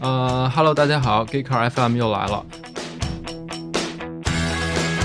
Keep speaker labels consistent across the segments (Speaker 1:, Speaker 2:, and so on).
Speaker 1: 呃哈喽，大家好，Geek Car FM 又来了。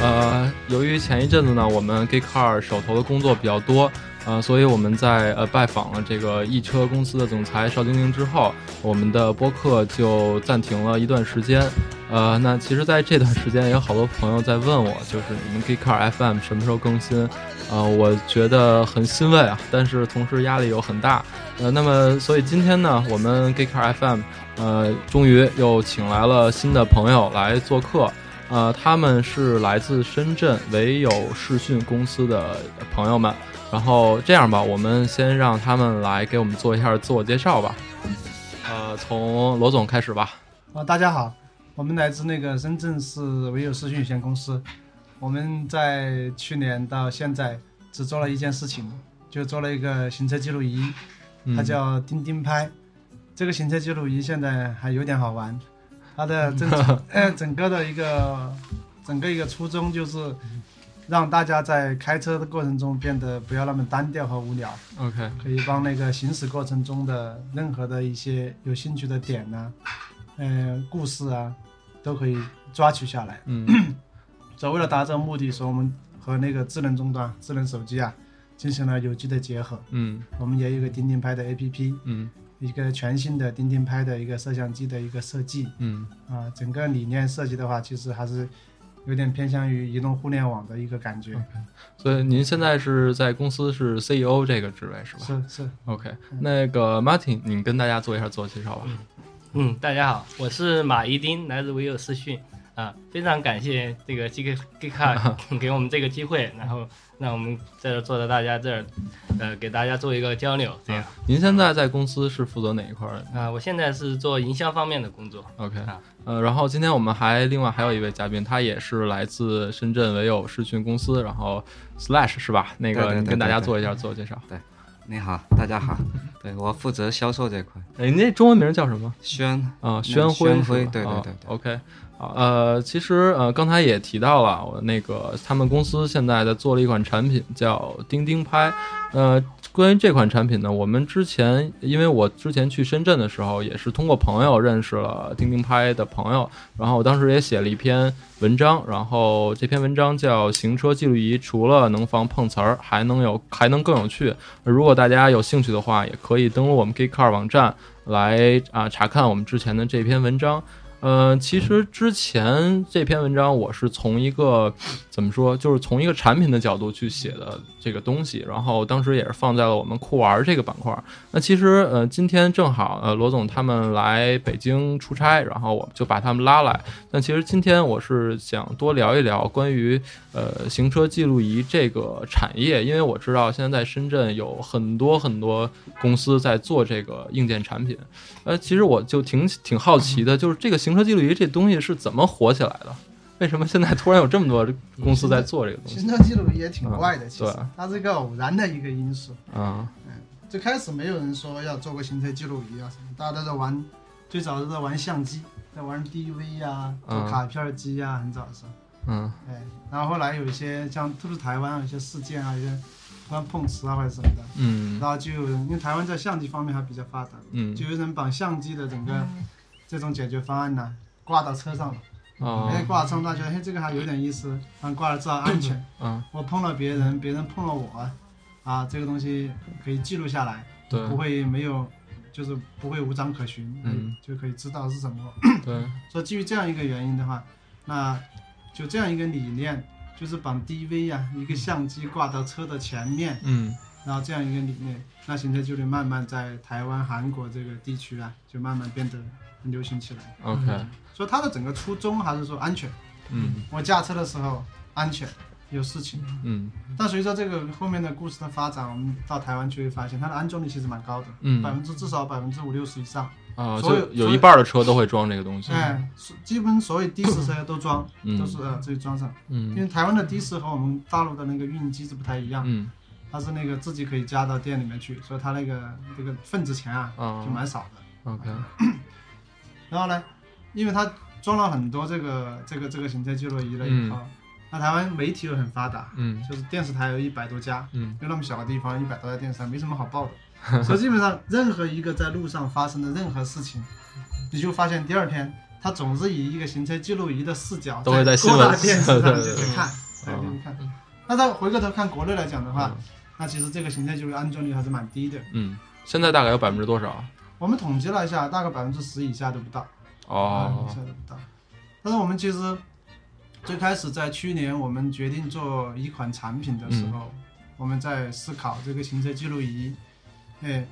Speaker 1: 呃，由于前一阵子呢，我们 Geek Car 手头的工作比较多，呃，所以我们在呃拜访了这个易车公司的总裁邵晶晶之后，我们的播客就暂停了一段时间。呃，那其实在这段时间也有好多朋友在问我，就是你们 Geek Car FM 什么时候更新？呃，我觉得很欣慰啊，但是同时压力又很大。呃，那么所以今天呢，我们 Geek Car FM 呃，终于又请来了新的朋友来做客。呃，他们是来自深圳唯有视讯公司的朋友们。然后这样吧，我们先让他们来给我们做一下自我介绍吧。呃，从罗总开始吧。
Speaker 2: 啊，大家好，我们来自那个深圳市唯有视讯有限公司，我们在去年到现在只做了一件事情，就做了一个行车记录仪，
Speaker 1: 嗯
Speaker 2: 它叫钉钉拍。这个行车记录仪现在还有点好玩，它的整呃整个的一个整个一个初衷就是让大家在开车的过程中变得不要那么单调和无聊，
Speaker 1: OK，
Speaker 2: 可以帮那个行驶过程中的任何的一些有兴趣的点呐、呃，故事啊，都可以抓取下来。
Speaker 1: 嗯
Speaker 2: 所以为了达到目的，说我们和那个智能终端、智能手机啊，进行了有机的结合。
Speaker 1: 嗯
Speaker 2: 我们也有一个钉钉拍的 APP，
Speaker 1: 嗯
Speaker 2: 一个全新的钉钉拍的一个摄像机的一个设计
Speaker 1: 嗯
Speaker 2: 啊、整个理念设计的话，其实还是有点偏向于移动互联网的一个感觉。
Speaker 1: 所以您现在是在公司是 CEO 这个职位是吧
Speaker 2: 是是，
Speaker 1: ？OK，那个 Martin，你跟大家做一下自我介绍吧。
Speaker 3: 嗯，大家好，我是马一丁，来自唯有私讯啊，非常感谢这个 G K G K 给我们这个机会，然后让我们在这儿坐在大家这儿，呃，给大家做一个交流，这样
Speaker 1: 啊您现在在公司是负责哪一块儿的
Speaker 3: 啊。我现在是做营销方面的工作，
Speaker 1: ？OK，
Speaker 3: 啊
Speaker 1: 呃，然后今天我们还另外还有一位嘉宾，他也是来自深圳唯有视讯公司，然后 Slash 是吧？那
Speaker 4: 对对
Speaker 1: 个
Speaker 4: 对
Speaker 1: 你跟大家
Speaker 4: 对对
Speaker 1: 做一下自我介绍。
Speaker 4: 你好，大家好，对我负责销售这块，
Speaker 1: 哎，你那中文名叫什么？
Speaker 4: 宣
Speaker 1: 啊，
Speaker 4: 嗯宣
Speaker 1: 辉是吧，
Speaker 4: 辉对对对
Speaker 1: 啊
Speaker 4: 对
Speaker 1: OK，好呃，其实呃，刚才也提到了，我那个他们公司现在在做了一款产品叫钉钉拍，呃，关于这款产品呢，我们之前因为我之前去深圳的时候，也是通过朋友认识了钉钉拍的朋友，然后我当时也写了一篇文章，然后这篇文章叫《行车记录仪除了能防碰瓷儿，还能有还能更有趣》，如果大家有兴趣的话，也可以登录我们 Geek Car 网站。来啊查看我们之前的这篇文章。呃，其实之前这篇文章我是从一个怎么说，就是从一个产品的角度去写的这个东西，然后当时也是放在了我们酷玩这个板块。那其实呃，今天正好呃罗总他们来北京出差，然后我就把他们拉来。但其实今天我是想多聊一聊关于呃行车记录仪这个产业，因为我知道现在在深圳有很多很多公司在做这个硬件产品。呃，其实我就挺挺好奇的，就是这个行车记录仪这东西是怎么火起来的？为什么现在突然有这么多公司在做这个东西？
Speaker 2: 行车记录仪也挺
Speaker 1: 嗯
Speaker 2: 怪的，其实
Speaker 1: 对
Speaker 2: 它是一个偶然的一个因素。
Speaker 1: 啊，
Speaker 2: 最开始没有人说要做个行车记录仪啊什么，大家都在玩，最早都在玩相机，在玩 DV 啊，做
Speaker 1: 嗯
Speaker 2: 卡片机啊，很早的时候。
Speaker 1: 嗯
Speaker 2: 哎，然后后来有一些像特别是台湾啊有一些事件啊，有些突然碰瓷啊或者什么的，
Speaker 1: 嗯
Speaker 2: 然后就有人因为台湾在相机方面还比较发达，
Speaker 1: 嗯
Speaker 2: 就有人把相机的整个这种解决方案呢、挂到车上了，
Speaker 1: 哦
Speaker 2: 哎，挂到车上大家觉得嘿这个还有点意思，然后挂了之后安全。
Speaker 1: 嗯
Speaker 2: 我碰了别人，别人碰了我，啊，这个东西可以记录下来，
Speaker 1: 对
Speaker 2: 不会没有，就是不会无章可循，
Speaker 1: 嗯，
Speaker 2: 就可以知道是什么。
Speaker 1: 对
Speaker 2: 所以基于这样一个原因的话，那就这样一个理念，就是把 DV 啊一个相机挂到车的前面，
Speaker 1: 嗯
Speaker 2: 然后这样一个理念，那行车记录仪慢慢在台湾、韩国这个地区啊，就慢慢变得很流行起来。
Speaker 1: OK
Speaker 2: 所以它的整个初衷还是说安全，
Speaker 1: 嗯
Speaker 2: 我驾车的时候安全，有事情。
Speaker 1: 嗯
Speaker 2: 但随着这个后面的故事的发展，我们到台湾去会发现，它的安装率其实蛮高的，百
Speaker 1: 嗯
Speaker 2: 分之至少百分之五六十以上。
Speaker 1: 啊，
Speaker 2: 所
Speaker 1: 就
Speaker 2: 有
Speaker 1: 有一半的车都会装这个东西。
Speaker 2: 哎，是基本所有的士车都装，
Speaker 1: 嗯
Speaker 2: 都是呃自己装上。
Speaker 1: 嗯
Speaker 2: 因为台湾的的士和我们大陆的那个运机是不太一样，
Speaker 1: 嗯
Speaker 2: 它是那个自己可以加到店里面去，所以它那个这个份子钱啊
Speaker 1: 啊
Speaker 2: 就蛮少的。
Speaker 1: OK
Speaker 2: 然后呢，因为它装了很多这个这个这个行车记录仪了以后，那台湾媒体又很发达，
Speaker 1: 嗯
Speaker 2: 就是电视台有一百多家，
Speaker 1: 嗯
Speaker 2: 就那么小个地方，一百多家电视台没什么好报的。 所以基本上任何一个在路上发生的任何事情，你就发现第二天他总是以一个行车记录仪的视角，
Speaker 1: 都会在
Speaker 2: 在
Speaker 1: 新
Speaker 2: 各
Speaker 1: 闻
Speaker 2: 大电视上面
Speaker 1: 对对
Speaker 2: 去
Speaker 3: 对
Speaker 2: 看，
Speaker 1: 嗯
Speaker 2: 对对看。那到回过头看国内来讲的话，那其实这个行车记录仪安装率还是蛮低的。
Speaker 1: 嗯，现在大概有百分之多少？
Speaker 2: 我们统计了一下，大概百分之十以下都不到。
Speaker 1: 哦
Speaker 2: 嗯，，下得不到。但是我们其实最开始在去年我们决定做一款产品的
Speaker 1: 嗯
Speaker 2: 时候，我们在思考这个行车记录仪，哎，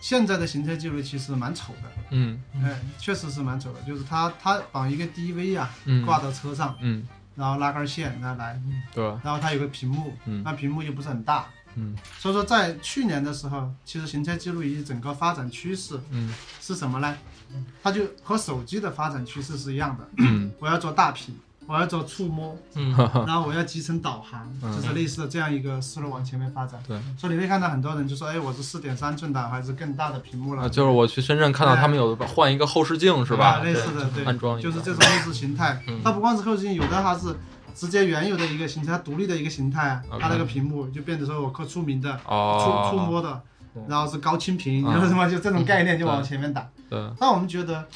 Speaker 2: 现在的行车记录其实蛮丑的，
Speaker 1: 嗯
Speaker 2: 哎，确实是蛮丑的，就是它它绑一个 DV 啊，
Speaker 1: 嗯，
Speaker 2: 挂到车上，
Speaker 1: 嗯，
Speaker 2: 然后拉根线然后来，
Speaker 1: 对，
Speaker 2: 然后它有个屏幕，
Speaker 1: 嗯
Speaker 2: 那屏幕又不是很大。
Speaker 1: 嗯
Speaker 2: 所以说，在去年的时候，其实行车记录仪整个发展趋势
Speaker 1: 嗯
Speaker 2: 是什么呢？它就和手机的发展趋势是一样的，
Speaker 1: 嗯
Speaker 2: 我要做大屏，我要做触摸，
Speaker 1: 嗯，哈哈
Speaker 2: 然后我要集成导航，
Speaker 1: 嗯
Speaker 2: 就是类似的这样一个思路往前面发展。
Speaker 1: 对，
Speaker 2: 所以你会看到很多人就说，哎，我是四点三寸的还是更大的屏幕
Speaker 1: 啊，
Speaker 2: 了， 哎
Speaker 1: 就是我去深圳看到他们有换一个后视镜是吧
Speaker 2: 啊？类似的，对，
Speaker 1: 安装一个
Speaker 2: 就是这种意识形态。
Speaker 1: 嗯
Speaker 2: 它不光是后视镜，有的它是直接原有的一个形态，它独立的一个形态啊，
Speaker 1: OK
Speaker 2: 它那个屏幕就变得说我可触屏的、触触
Speaker 1: 哦，
Speaker 2: 摸的
Speaker 3: 对，
Speaker 2: 然后是高清屏，
Speaker 1: 嗯
Speaker 2: 然后什 么就这种概念就
Speaker 1: 对
Speaker 2: 往前面打。
Speaker 1: 对，
Speaker 2: 但我们觉得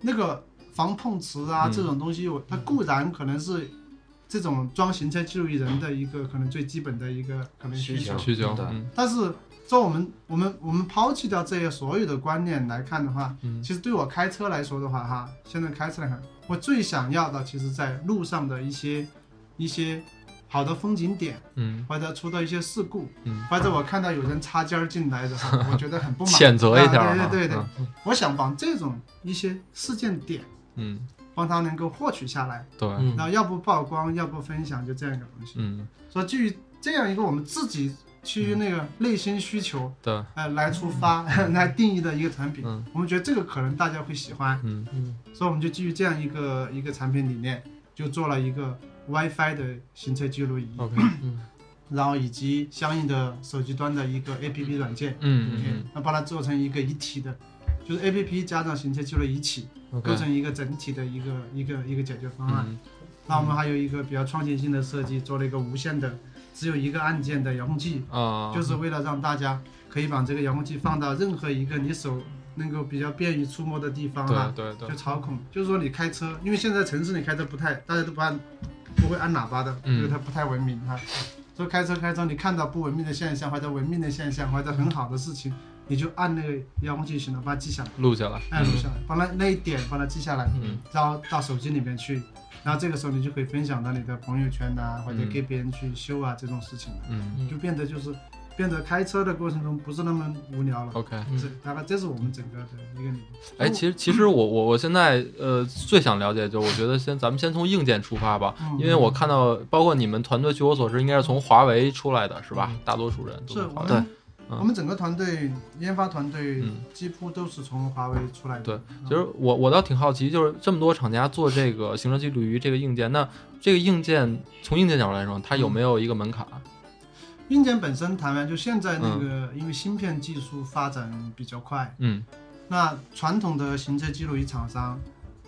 Speaker 2: 那个防碰瓷啊、
Speaker 1: 嗯
Speaker 2: 这种东西，我它固然可能是这种装行车记录仪人的一个可能最基本的一个可能需
Speaker 4: 需
Speaker 2: 求
Speaker 4: 求，
Speaker 1: 需求，
Speaker 4: 对
Speaker 1: 嗯
Speaker 2: 但是在我们我们我们抛弃掉这些所有的观念来看的话，
Speaker 1: 嗯
Speaker 2: 其实对我开车来说的话，哈，现在开车来看，我最想要的其实在路上的一些一些好的风景点，
Speaker 1: 嗯
Speaker 2: 或者出到一些事故，
Speaker 1: 嗯，
Speaker 2: 或者我看到有人擦尖儿进来的话，我觉得很不满。
Speaker 1: 谴责一下
Speaker 2: 啊
Speaker 1: 嘛，
Speaker 2: 对对对对
Speaker 1: 嗯
Speaker 2: 我想把这种一些事件点，
Speaker 1: 嗯，
Speaker 2: 帮他能够获取下来，
Speaker 1: 对，
Speaker 3: 嗯
Speaker 2: 然后要不曝光，要不分享，就这样一个东西。
Speaker 1: 嗯
Speaker 2: 所以基于这样一个我们自己基于那个内心需求，
Speaker 1: 对，
Speaker 2: 呃，来出发、 来定义的一个产品，
Speaker 1: 嗯
Speaker 2: 我们觉得这个可能大家会喜欢，
Speaker 1: 嗯
Speaker 3: 嗯
Speaker 2: 所以我们就基于这样一个一个产品理念，就做了一个 WiFi 的行车记录仪，
Speaker 1: ，OK，嗯
Speaker 2: 然后以及相应的手机端的一个 APP 软件，
Speaker 1: 嗯
Speaker 2: 嗯
Speaker 1: 嗯，
Speaker 2: 那把它做成一个一体的，就是 APP 加上行车记录仪一起。
Speaker 1: 嗯，OK，
Speaker 2: 构成一个整体的一个一个一个解决方案。
Speaker 1: 嗯
Speaker 2: 那我们还有一个比较创新性的设计，做了一个无线的，只有一个按键的遥控器，
Speaker 1: 啊，
Speaker 2: 就是为了让大家可以把这个遥控器放到任何一个你手能够比较便于触摸的地方
Speaker 1: 对
Speaker 2: 啊，
Speaker 1: 对对
Speaker 2: 就，操控。就是说你开车，因为现在城市你开车不太，大家都不按不会按喇叭的，
Speaker 1: 嗯
Speaker 2: 因为它不太文明哈。所以开车开车，你看到不文明的现象或者文明的现象或者很好的事情，你就按那个遥控器就行了，把它记下来，
Speaker 1: 录下来，
Speaker 2: 按录下来，把那那一点把它记下来。
Speaker 1: 嗯
Speaker 2: 然后到手机里面去，然后这个时候你就可以分享到你的朋友圈呐、啊或者
Speaker 1: 嗯
Speaker 2: 给别人去修啊、这种事情了，
Speaker 1: 嗯
Speaker 2: 就变得就是变得开车的过程中不是那么无聊了。
Speaker 1: ，OK。
Speaker 2: 这大概这是我们整个的一个理念。
Speaker 1: 哎，其实其实我我我现在呃最想了解就是，我觉得先咱们先从硬件出发吧，
Speaker 2: 嗯
Speaker 1: 因为我看到包括你们团队，据我所知应该是从华为出来的是吧？
Speaker 3: 嗯
Speaker 1: 大多数人都
Speaker 2: 是
Speaker 1: 华
Speaker 2: 我
Speaker 1: 为。
Speaker 2: 们
Speaker 1: 嗯
Speaker 2: 我们整个团队研发团队
Speaker 1: 嗯
Speaker 2: 几乎都是从华为出来的。
Speaker 1: 对
Speaker 2: 嗯，
Speaker 1: 其实我我倒挺好奇，就是这么多厂家做这个行车记录仪这个硬件，那这个硬件从硬件角度来说，它
Speaker 2: 嗯
Speaker 1: 有没有一个门槛？啊
Speaker 2: 硬件本身，谈完就现在那个，因为芯片技术发展比较快，
Speaker 1: 嗯
Speaker 2: 那传统的行车记录仪厂商，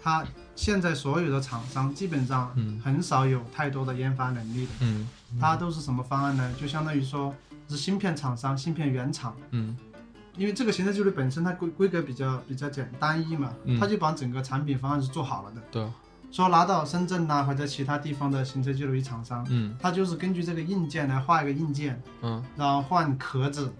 Speaker 2: 它现在所有的厂商基本上
Speaker 1: 嗯
Speaker 2: 很少有太多的研发能力的，
Speaker 1: 嗯
Speaker 2: 它都是什么方案呢？就相当于说是芯片厂商、芯片原厂，
Speaker 1: 嗯
Speaker 2: 因为这个行车记录本身它规规格比较比较简单一嘛
Speaker 1: 嗯，
Speaker 2: 它就把整个产品方案是做好了的，
Speaker 1: 对，
Speaker 2: 说拿到深圳呐、或者其他地方的行车记录仪厂商，
Speaker 1: 嗯
Speaker 2: 它就是根据这个硬件来画一个硬件，
Speaker 1: 嗯
Speaker 2: 然后换壳子，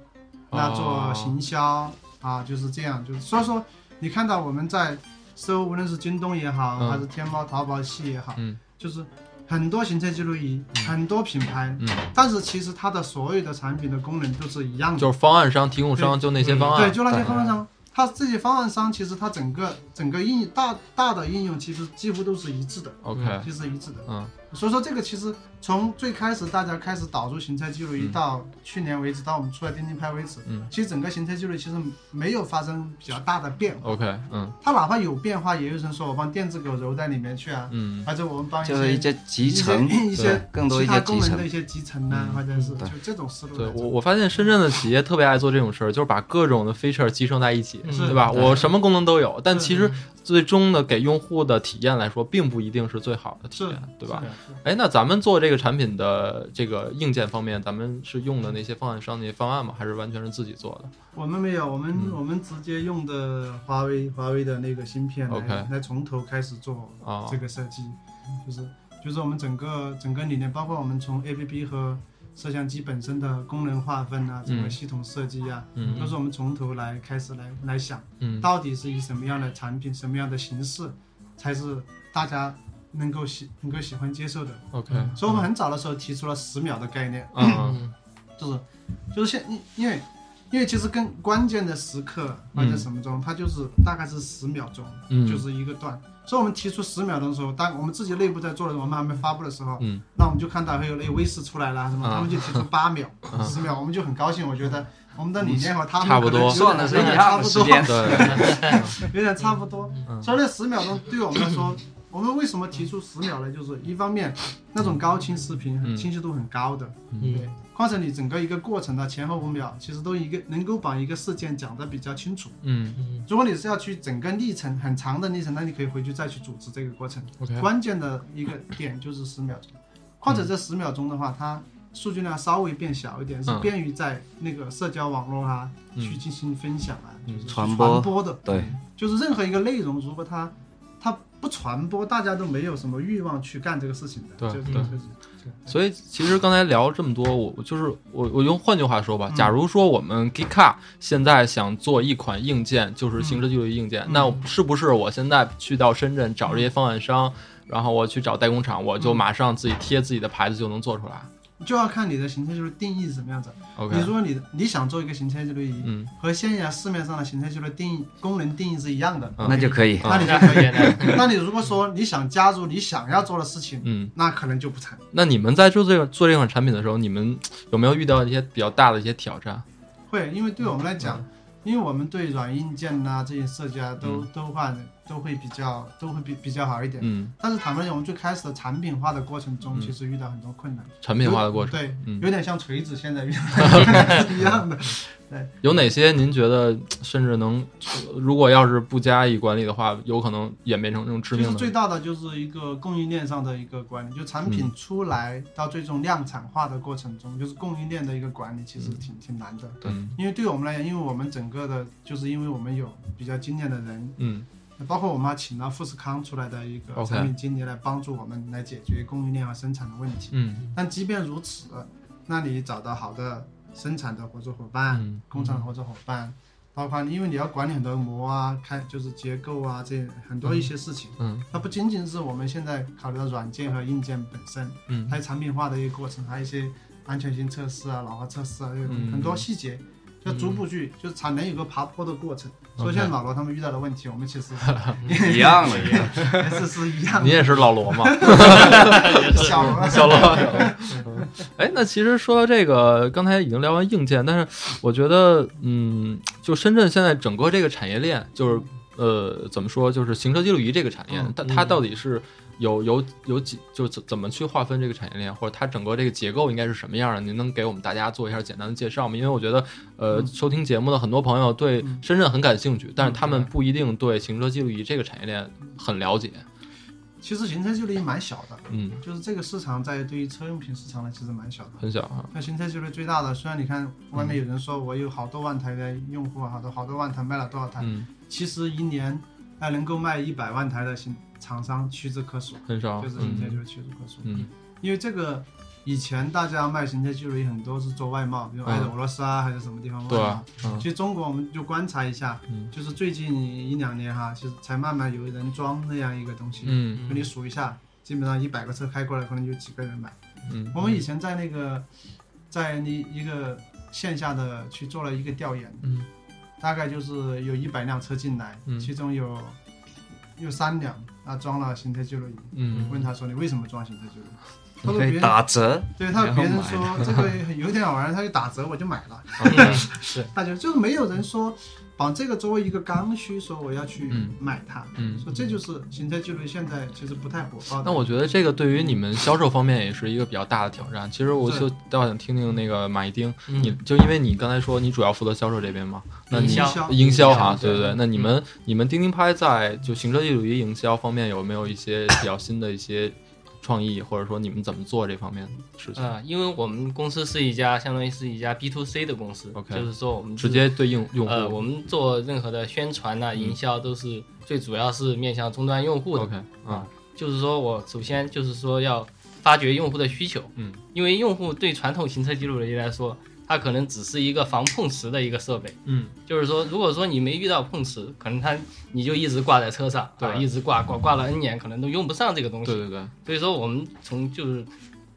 Speaker 1: 哦
Speaker 2: 那做行销、啊，就是这样，就是所以说你看到我们在搜，无论是京东也好，
Speaker 1: 嗯
Speaker 2: 还是天猫、淘宝系也好，
Speaker 1: 嗯
Speaker 2: 就是很多行车记录仪，很多品牌，
Speaker 1: 嗯，
Speaker 2: 但是其实它的所有的产品的功能都是一样的，
Speaker 1: 就是方案商、提供商就那些方案，
Speaker 2: 对，就那些方案商。它这些方案商其实它整个整个应大大的应用其实几乎都是一致的，
Speaker 1: OK，
Speaker 2: 其实一致的。
Speaker 1: 嗯
Speaker 2: 所以说这个其实从最开始大家开始导入行车记录仪
Speaker 1: 嗯
Speaker 2: 到去年为止，到我们出来钉钉拍为止，
Speaker 1: 嗯
Speaker 2: 其实整个行车记录仪其实没有发生比较大的变化。
Speaker 1: OK，嗯
Speaker 2: 它哪怕有变化，也有人说我帮电子狗揉在里面去啊，
Speaker 1: 嗯
Speaker 2: 或者我们帮一
Speaker 4: 就是一
Speaker 2: 些
Speaker 4: 些集成
Speaker 2: 一，些一些
Speaker 4: 更多
Speaker 2: 其
Speaker 4: 一
Speaker 2: 他
Speaker 4: 些
Speaker 2: 功
Speaker 4: 集
Speaker 2: 能的
Speaker 4: 成
Speaker 2: 一，些集成呢，
Speaker 1: 嗯
Speaker 2: 或者是
Speaker 4: 对
Speaker 2: 就这种思路
Speaker 1: 对
Speaker 2: 来
Speaker 1: 我，
Speaker 2: 做。
Speaker 1: 我发现深圳的企业特别爱做这种事儿，就是把各种的 feature 集成在一起，
Speaker 2: 嗯
Speaker 3: 是
Speaker 1: 对吧？
Speaker 4: 对
Speaker 1: 我什么功能都有，但
Speaker 2: 是
Speaker 1: 其实最终的给用户的体验来说，并不一定是最好的体验，对吧？
Speaker 2: 啊
Speaker 3: 是的
Speaker 1: 哎，那咱们做这个产品的这个硬件方面，咱们是用的那些方案商那些方案吗？还是完全是自己做的？
Speaker 2: 我们没有，我们、
Speaker 1: 嗯
Speaker 2: 我们直接用的华为华为的那个芯片来
Speaker 1: OK
Speaker 2: 来从头开始做
Speaker 1: 啊、
Speaker 2: 这个设计，就是就是我们整个整个理念，包括我们从 APP 和摄像机本身的功能划分啊，整个
Speaker 1: 嗯
Speaker 2: 系统设计啊，
Speaker 1: 嗯
Speaker 2: 都是我们从头来开始来来想，
Speaker 1: 嗯
Speaker 2: 到底是以什么样的产品、什么样的形式，才是大家能够喜能够喜欢接受的。
Speaker 1: ，OK，
Speaker 2: 所以我们很早的时候提出了十秒的概念，
Speaker 1: 嗯
Speaker 2: 就是就是现因因为因为其实更关键的时刻发生什么钟，它就是大概是十秒钟，
Speaker 1: 嗯
Speaker 2: 就是一个段。所以我们提出十秒钟的时候，当我们自己内部在做的时候，我们还没发布的时候，
Speaker 1: 嗯
Speaker 2: 那我们就看到还有那卫视出来了什么，
Speaker 1: 啊
Speaker 2: 他们就提出八秒、
Speaker 1: 啊
Speaker 2: 十秒，我们就很高兴。我觉得我们的理念和他们
Speaker 1: 差不多
Speaker 2: 可能有
Speaker 4: 算
Speaker 2: 点
Speaker 4: 的是
Speaker 2: 有
Speaker 4: 一
Speaker 2: 点
Speaker 4: 样
Speaker 2: 差
Speaker 4: 的
Speaker 2: 不
Speaker 4: 时
Speaker 2: 多，
Speaker 4: 间。
Speaker 1: 嗯对，
Speaker 2: 有点差不多。
Speaker 1: 嗯
Speaker 2: 所以那十秒钟对于我们来说， 我们为什么提出十秒呢？就是一方面，那种高清视频
Speaker 1: 嗯
Speaker 2: 清晰度很高的，对
Speaker 3: 嗯，
Speaker 2: 况且你整个一个过程的前后五秒，其实都一个能够把一个事件讲得比较清楚。
Speaker 1: 嗯
Speaker 3: 嗯
Speaker 2: 如果你是要去整个历程很长的历程，那你可以回去再去组织这个过程。
Speaker 1: ，OK，
Speaker 2: 关键的一个点就是十秒钟，况且这十秒钟的话，它数据量稍微变小一点，是
Speaker 1: 嗯
Speaker 2: 便于在那个社交网络啊、
Speaker 1: 嗯
Speaker 2: 去进行分享啊，
Speaker 1: 嗯
Speaker 2: 就是去
Speaker 4: 传
Speaker 2: 传
Speaker 4: 播
Speaker 2: 播的。
Speaker 4: 对，
Speaker 2: 就是任何一个内容，如果它它不传播，大家都没有什么欲望去干这个事情的。
Speaker 1: 对
Speaker 2: 就
Speaker 1: 对
Speaker 2: 就是
Speaker 1: 所以其实刚才聊这么多，我我就是我我用换句话说吧，假如说我们 Geeka 现在想做一款硬件，就是行车记录仪硬件，
Speaker 2: 嗯
Speaker 1: 那是不是我现在去到深圳找这些方案商，然后我去找代工厂，我就马上自己贴自己的牌子就能做出来
Speaker 2: 就要看你的行车记录定义是什么样子。
Speaker 1: ？OK，
Speaker 2: 你如果你你想做一个行车记录仪，
Speaker 1: 嗯
Speaker 2: 和现在市面上的行车记录定义功能定义是一 样的，
Speaker 1: 嗯
Speaker 4: 那就可以。
Speaker 2: 那你就
Speaker 3: 那
Speaker 2: 可
Speaker 3: 很
Speaker 2: 以
Speaker 3: 简。单。
Speaker 2: 那你如果说你想加入你想要做的事情，
Speaker 1: 嗯，
Speaker 2: 那可能就不成，
Speaker 1: 那你们在做这个做这款产品的时候，你们有没有遇到一些比较大的一些挑战？
Speaker 2: 会，因为对我们来讲，
Speaker 1: 嗯
Speaker 2: 因为我们对软硬件呐、这些设计啊都、都换都会比较都会比比较好一点。
Speaker 1: 嗯，
Speaker 2: 但是坦白讲，我们最开始的产品化的过程中，
Speaker 1: 嗯
Speaker 2: 其实遇到很多困难。
Speaker 1: 产品化的过程
Speaker 2: 对，
Speaker 1: 嗯
Speaker 2: 有点像锤子现在遇到 的困难是一样的。
Speaker 1: 有哪些您觉得甚至能，如果要是不加以管理的话，有可能演变成这种致
Speaker 2: 其实
Speaker 1: 命的
Speaker 2: 最？大的就是一个供应链上的一个管理，就产品
Speaker 1: 嗯
Speaker 2: 出来到最终量产化的过程中，就是供应链的一个管理，其实挺挺难的。
Speaker 1: 嗯
Speaker 2: 因为对我们来讲，因为我们整个的，就是因为我们有比较经验的人，
Speaker 1: 嗯
Speaker 2: 包括我们还请了富士康出来的一个
Speaker 1: OK
Speaker 2: 产品经理来帮助我们来解决供应链和啊生产的问题。
Speaker 1: 嗯
Speaker 2: 但即便如此，那你找到好的生产的合作伙伴，
Speaker 1: 嗯
Speaker 2: 工厂的合作伙伴，包括你因为你要管理很多模啊、开就是结构啊这很多一些事情，
Speaker 1: 嗯
Speaker 2: 它不仅仅是我们现在考虑到软件和硬件本身，
Speaker 1: 嗯
Speaker 2: 还有产品化的一个过程，还有一些安全性测试啊、老化测试啊，有
Speaker 1: 嗯
Speaker 2: 很多细节。要逐步去，就是产能有个爬坡的过程。所以
Speaker 1: OK
Speaker 2: 现在老罗他们遇到的问题，我们其实 嗯
Speaker 4: 一样 的，一样。
Speaker 2: 也是是一样
Speaker 1: 你
Speaker 2: 的。
Speaker 1: 也是老罗嘛？
Speaker 2: 小罗，
Speaker 1: 小罗。哎，那其实说到这个，刚才已经聊完硬件，但是我觉得，嗯，就深圳现在整个这个产业链，就是呃，怎么说，就是行车记录仪这个产业
Speaker 2: 嗯，
Speaker 1: 它它到底是有有有几，就怎怎么去划分这个产业链，或者它整个这个结构应该是什么样的？您能给我们大家做一下简单的介绍吗？因为我觉得，呃，
Speaker 2: 嗯
Speaker 1: 收听节目的很多朋友对
Speaker 2: 嗯
Speaker 1: 深圳很感兴趣，但是他们不一定对行车记录仪这个产业链很了解。
Speaker 2: 其实行车记录仪蛮小的，
Speaker 1: 嗯，
Speaker 2: 就是这个市场在对于车用品市场呢，其实蛮小的。
Speaker 1: 很小啊。
Speaker 2: 那行车记录仪最大的，虽然你看外
Speaker 1: 嗯
Speaker 2: 面有人说我有好多万台的用户，啊好多好多万台卖了多少台，
Speaker 1: 嗯，
Speaker 2: 其实一年那能够卖一百万台的行厂商屈指可数，
Speaker 1: 很少。
Speaker 2: 就是行车记录仪屈指可数。
Speaker 1: 哦嗯
Speaker 2: 因为这个以前大家卖行车记录仪很多是做外贸，比如挨着
Speaker 1: 嗯
Speaker 2: 俄罗斯啊还是什么地方
Speaker 1: 嗯，
Speaker 2: 卖
Speaker 1: 对
Speaker 2: 嘛
Speaker 1: 啊。，嗯
Speaker 2: 其实中国我们就观察一下，
Speaker 1: 嗯
Speaker 2: 就是最近一两年哈，其实才慢慢有人装那样一个东西。
Speaker 1: 嗯
Speaker 2: 就你数一下，基本上一百个车开过来，可能有几个人买。
Speaker 1: 嗯，
Speaker 2: 我们以前在那个，在那一个线下的去做了一个调研，
Speaker 1: 嗯，
Speaker 2: 大概就是有一百辆车进来，
Speaker 1: 嗯
Speaker 2: 其中有有三辆啊装了行车记录仪。
Speaker 1: 嗯
Speaker 2: 问他说你为什么装行车记录仪？ 他说
Speaker 4: 可
Speaker 2: 别
Speaker 4: 以
Speaker 2: 人
Speaker 4: 打折，
Speaker 2: 对他说
Speaker 4: 然后
Speaker 2: 别人
Speaker 4: 买
Speaker 2: 说这个有点好玩，他就打折我就买了。
Speaker 1: 嗯
Speaker 3: 嗯
Speaker 2: 大家就是没有人说把这个作为一个刚需，说我要去
Speaker 1: 嗯
Speaker 2: 买它。
Speaker 1: 嗯
Speaker 2: 说这就是行车记录仪现在其实不太火爆的。
Speaker 1: 那我觉得这个对于你们销售方面也是一个比较大的挑战。其实我
Speaker 2: 是
Speaker 1: 就倒想听听那个马一丁，
Speaker 3: 嗯
Speaker 1: 你就因为你刚才说你主要负责销售这边嘛，那
Speaker 3: 营
Speaker 1: 你
Speaker 3: 销
Speaker 1: 营销哈
Speaker 2: 营销，
Speaker 1: 对对
Speaker 2: 对
Speaker 1: 对。那你们你们钉钉拍在就行车记录仪营销方面有没有一些比较新的一些创意，或者说你们怎么做这方面的事情？
Speaker 3: 啊、因为我们公司是一家相当于是一家 B to C 的公司
Speaker 1: OK
Speaker 3: 就是说我们
Speaker 1: 直接对应用户。
Speaker 3: 呃，我们做任何的宣传呐、营销都是最主要是面向终端用户的。
Speaker 1: OK 啊，
Speaker 3: 就是说我首先就是说要发掘用户的需求，
Speaker 1: 嗯，
Speaker 3: 因为用户对传统行车记录仪来说，它可能只是一个防碰瓷的一个设备，
Speaker 1: 嗯
Speaker 3: 就是说如果说你没遇到碰瓷，可能它你就一直挂在车上，
Speaker 1: 对
Speaker 3: 啊，一直挂挂挂了 N 年，可能都用不上这个东西
Speaker 1: 对。对对，
Speaker 3: 所以说我们从就是